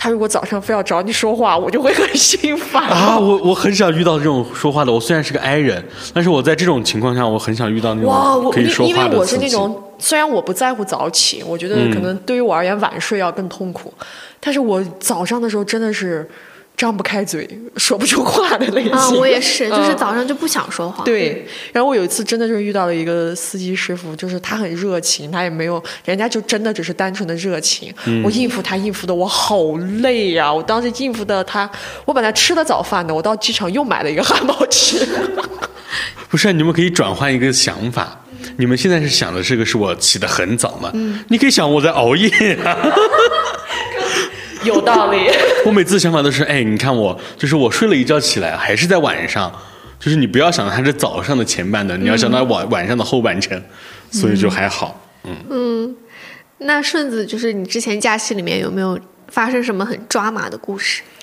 S3: 他如果早上非要找你说话，我就会很心烦。
S4: 啊，我我很想遇到这种说话的。我虽然是个 I 人，但是我在这种情况下，我很想遇到那
S3: 哇，
S4: 种
S3: 我
S4: 可以说
S3: 因为
S4: 话的
S3: 我是
S4: 司
S3: 那
S4: 机嗯
S3: 种，虽然我不在乎早起，我觉得可能对于我而言晚睡要更痛苦，但是我早上的时候真的是张不开嘴，说不出话的类型。
S2: 啊，我也是，就是
S3: 嗯
S2: 早上就不想说话。
S3: 对，然后我有一次真的就是遇到了一个司机师傅，就是他很热情，他也没有，人家就真的只是单纯的热情。我应付他应付的我好累呀、我当时应付的他，我本来吃了早饭的，我到机场又买了一个汉堡 吃。
S4: 不是你们可以转换一个想法。你们现在是想的这个是我起得很早嘛？你可以想我在熬夜啊。
S3: 有道 理，
S4: 我每次想法都是，哎，你看我，就是我睡了一觉起来，还是在晚上，就是你不要想它是早上的前半段，你要想到晚、晚上的后半程，所以就还好。
S2: 那顺子，就是你之前假期里面有没有发生什么很抓马的故事？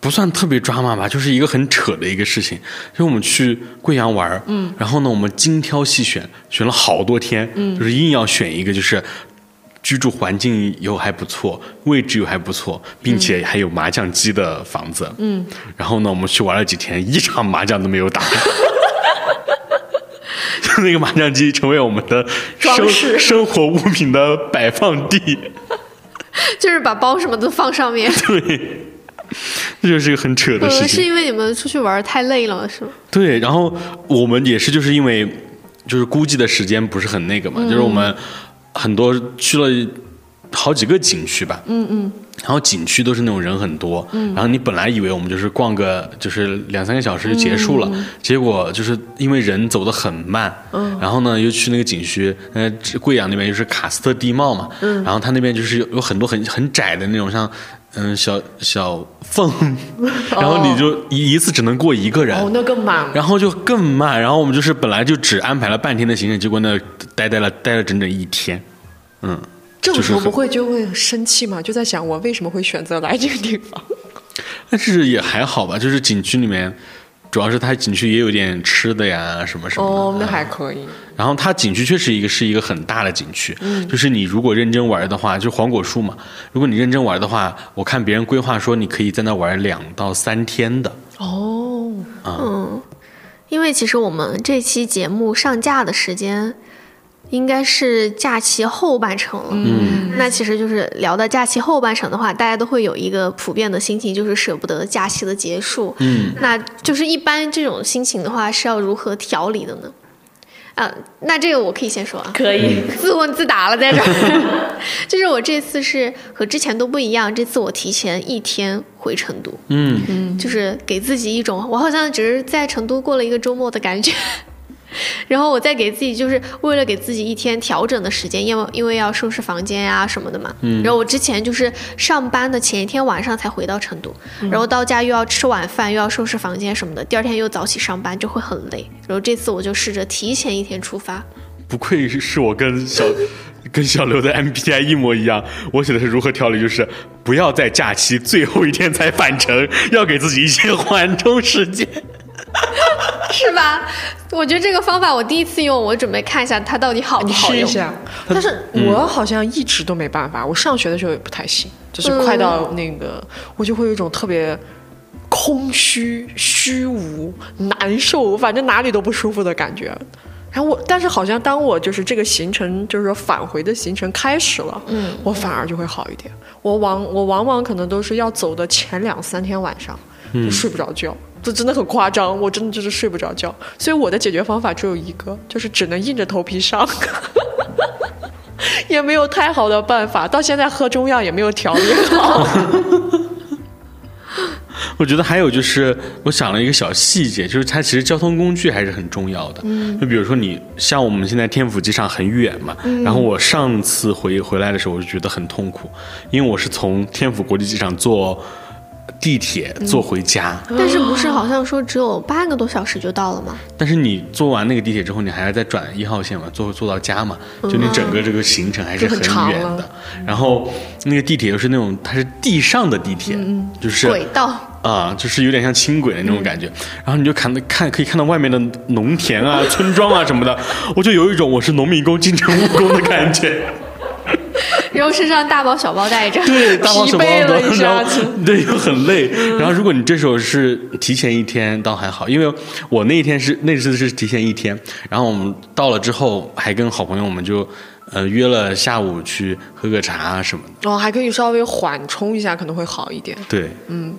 S4: 不算特别抓马吧，就是一个很扯的一个事情。就是我们去贵阳玩，嗯，然后呢，我们精挑细选，选了好多天，嗯，就是硬要选一个，就是居住环境又还不错，位置又还不错，并且还有麻将机的房子，嗯，然后呢，我们去玩了几天，一场麻将都没有 打。就那个麻将机成为我们的
S3: 装
S4: 生
S3: 饰
S4: 生活物品的摆放地，
S2: 就是把包什么都放上 面，
S4: 这就是一个很扯的
S2: 嗯，
S4: 事情。
S2: 是因为你们出去玩太累了，是吗？
S4: 对，然后我们也是就是因为就是估计的时间不是很那个嘛，就是我们很多去了好几个景区吧，嗯嗯。嗯然后景区都是那种人很多，然后你本来以为我们就是逛个就是两三个小时就结束了，结果就是因为人走得很慢，然后呢又去那个景区，呃贵阳那边就是喀斯特地貌嘛，然后它那边就是有有很多很很窄的那种像嗯小小 缝，然后你就一一次只能过一个人，
S3: 哦，那更慢了。
S4: 然后就更慢，然后我们就是本来就只安排了半天的行程，结果呢待待了待了整整一天，嗯，
S3: 这种
S4: 就是
S3: 时候
S4: 很
S3: 不会就会很生气嘛？就在想我为什么会选择来这个地方？
S4: 但是也还好吧，就是景区里面，主要是它景区也有点吃的呀什么什么的，
S3: 哦，那还可以。
S4: 然后它景区确实一个是一个很大的景区，
S3: 嗯
S4: 就是你如果认真玩的话，就黄果树嘛，如果你认真玩的话，我看别人规划说你可以在那玩两到三天的，
S3: 哦，
S2: 因为其实我们这期节目上架的时间应该是假期后半程了。嗯，那其实就是聊到假期后半程的话，大家都会有一个普遍的心情，就是舍不得假期的结束。嗯，那就是一般这种心情的话，是要如何调理的呢？啊，那这个我可以先说啊，
S5: 可以，
S2: 自问自答了在 这儿。就是我这次是和之前都不一样，这次我提前一天回成都，
S4: 嗯，
S2: 就是给自己一种我好像只是在成都过了一个周末的感觉。 然后我再给自己，就是为了给自己一天调整的时间，因为因为要收拾房间呀、什么的嘛。
S3: 嗯
S2: 然后我之前就是上班的前一天晚上才回到成都，
S3: 嗯
S2: 然后到家又要吃晚饭，又要收拾房间什么的，第二天又早起上班，就会很累。然后这次我就试着提前一天出发，
S4: 不愧是我跟小跟小刘的 MBTI 一模一样，我写的是如何调理，就是不要在假期最后一天才返程， 要给自己一些缓冲时间。
S2: 是吧？我觉得这个方法我第一次用，我准备看一下它到底好不
S3: 你
S2: 好
S3: 试
S2: 用。
S3: 一下。但是我好像一直都没办法，我上学的时候也不太行，就是快到
S2: 嗯
S3: 那个，我就会有一种特别空虚、虚无、难受，反正哪里都不舒服的感觉。然后我，但是好像当我就是这个行程，就是说返回的行程开始了，嗯，我反而就会好一点。我往我往往可能都是要走的前两三天晚上，就睡不着觉，这真的很夸张，我真的就是睡不着觉。所以我的解决方法只有一个，就是只能硬着头皮上。也没有太好的办法，到现在喝中药也没有调理 好。
S4: 我觉得还有就是，我想了一个小细节，就是它其实交通工具还是很重要的。就比如说你像我们现在天府机场很远嘛，然后我上次回回来的时候，我就觉得很痛苦，因为我是从天府国际机场坐地铁坐回家，
S2: 但是不是好像说只有八个多小时就到了吗？
S4: 但是你坐完那个地铁之后，你还要再转一号线嘛，坐坐到家嘛，
S2: 嗯
S4: 就你整个这个行程还是很
S3: 就很长
S4: 远的
S3: 了。
S4: 然后那个地铁又是那种它是地上的地铁，就是
S2: 嗯轨道。
S4: 啊、就是有点像轻轨的那种感觉。然后你就看看可以看到外面的农田啊、村庄啊什么的，我就有一种我是农民工进城务工的感觉。
S2: 然后身上大包小包带着。
S4: 对，大包小包
S3: 疲惫了一
S4: 的，
S3: 下嗯
S4: 然后 对又很累。然后如果你这时候是提前一天，倒还好，因为我那一天是那次是提前一天，然后我们到了之后还跟好朋友们就呃约了下午去喝个茶啊什么的。
S3: 然哦后还可以稍微缓冲一下，可能会好一点，
S4: 对，
S3: 嗯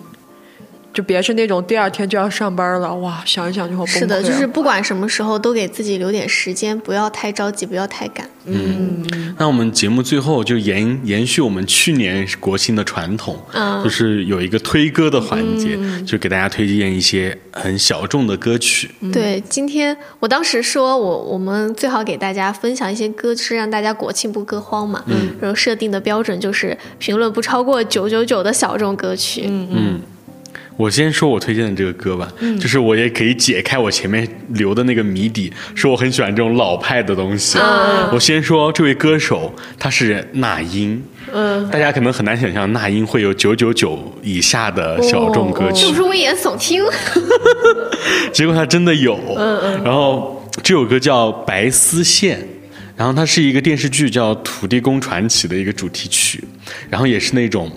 S3: 就别是那种第二天就要上班了，哇，想一想就好崩溃啊。
S2: 是的，就是不管什么时候都给自己留点时间，不要太着急，不要太赶。
S4: 那我们节目最后就延延续我们去年国庆的传统，
S2: 嗯
S4: 就是有一个推歌的环节，
S3: 嗯
S4: 就给大家推荐一些很小众的歌曲。
S2: 对，今天我当时说我我们最好给大家分享一些歌，是让大家国庆不歌荒嘛。嗯。然后设定的标准就是评论不超过九九九的小众歌曲。嗯。
S4: 我先说我推荐的这个歌吧，就是我也可以解开我前面留的那个谜底，说我很喜欢这种老派的东西。我先说这位歌手，他是那英。嗯，大家可能很难想象那英会有九九九以下的小众歌曲，
S2: 是不是危言耸听？
S4: 结果他真的有。嗯嗯。然后这首歌叫《白丝线》，然后它是一个电视剧叫《土地公传奇》的一个主题曲，然后也是那种，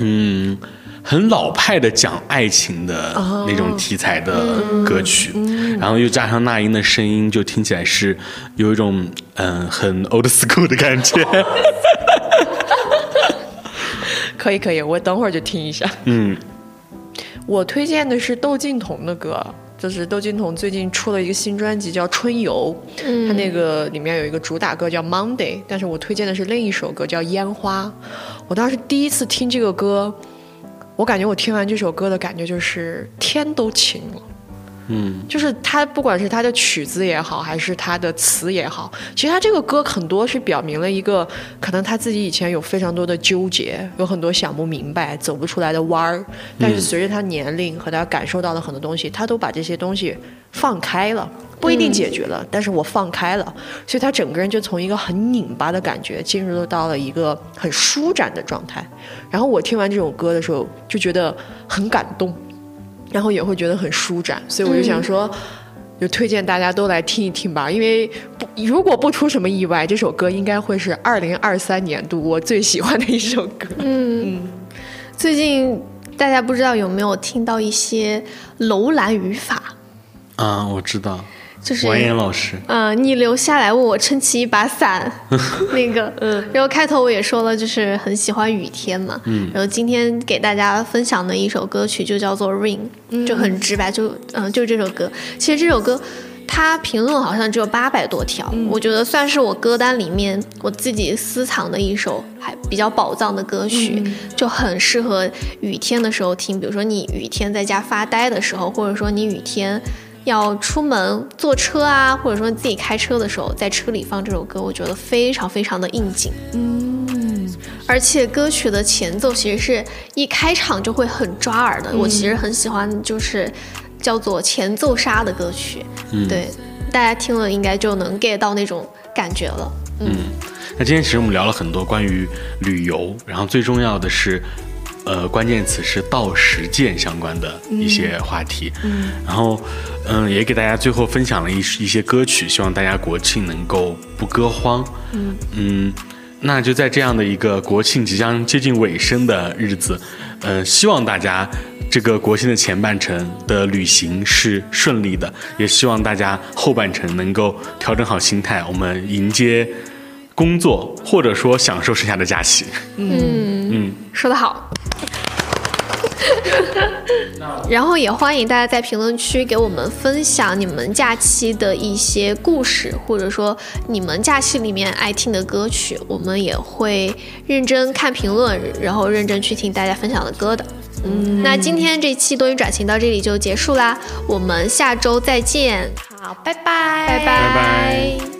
S4: 嗯。很老派的讲爱情的那种题材的歌曲，然后又加上那英的声音，就听起来是有一种嗯、很 old school 的感觉。
S3: 可以可以，我等会儿就听一下。
S4: 嗯，
S3: 我推荐的是窦靖童的歌，就是窦靖童最近出了一个新专辑叫《春游》，
S2: 嗯
S3: 他那个里面有一个主打歌叫《Monday》，但是我推荐的是另一首歌叫《烟花》。我当时第一次听这个歌，我感觉我听完这首歌的感觉就是天都晴了。嗯，就是他，不管是他的曲子也好，还是他的词也好，其实他这个歌很多是表明了一个可能他自己以前有非常多的纠结，有很多想不明白、走不出来的弯儿。但是随着他年龄和他感受到的很多东西，他都把这些东西放开了，不一定解决了，但是我放开了，所以他整个人就从一个很拧巴的感觉进入到了一个很舒展的状态。然后我听完这首歌的时候，就觉得很感动。然后也会觉得很舒展，所以我就想说，就推荐大家都来听一听吧，因为不如果不出什么意外，这首歌应该会是二零二三年度我最喜欢的一首歌。
S2: 最近大家不知道有没有听到一些楼兰语法，
S4: 啊，我知道，
S2: 就是
S4: 王岩老师，
S2: 嗯，你留下来为我撑起一把 伞，那个，嗯，然后开头我也说了，就是很喜欢雨天嘛，嗯，然后今天给大家分享的一首歌曲就叫做《Rain》，就很直白，就嗯，就这首歌。其实这首歌他评论好像只有八百多条，我觉得算是我歌单里面我自己私藏的一首还比较宝藏的歌曲，就很适合雨天的时候听。比如说你雨天在家发呆的时候，或者说你雨天要出门坐车啊，或者说自己开车的时候，在车里放这首歌，我觉得非常非常的应景。而且歌曲的前奏其实是一开场就会很抓耳的，我其实很喜欢，就是叫做前奏杀的歌曲，对，大家听了应该就能 get 到那种感觉了。
S4: 那今天其实我们聊了很多关于旅游，然后最重要的是，呃，关键词是到实践相关的一些话题。嗯，然后，嗯，也给大家最后分享了一一些歌曲，希望大家国庆能够不歌荒。嗯那就在这样的一个国庆即将接近尾声的日子，呃，希望大家这个国庆的前半程的旅行是顺利的，也希望大家后半程能够调整好心态，我们迎接。工作，或者说享受剩下的假期。
S2: 说得 好。然后也欢迎大家在评论区给我们分享你们假期的一些故事，或者说你们假期里面爱听的歌曲，我们也会认真看评论，然后认真去听大家分享的歌的。嗯，那今天这期多云转晴到这里就结束啦，我们下周再见，
S3: 好，
S2: 拜拜，拜
S4: 拜拜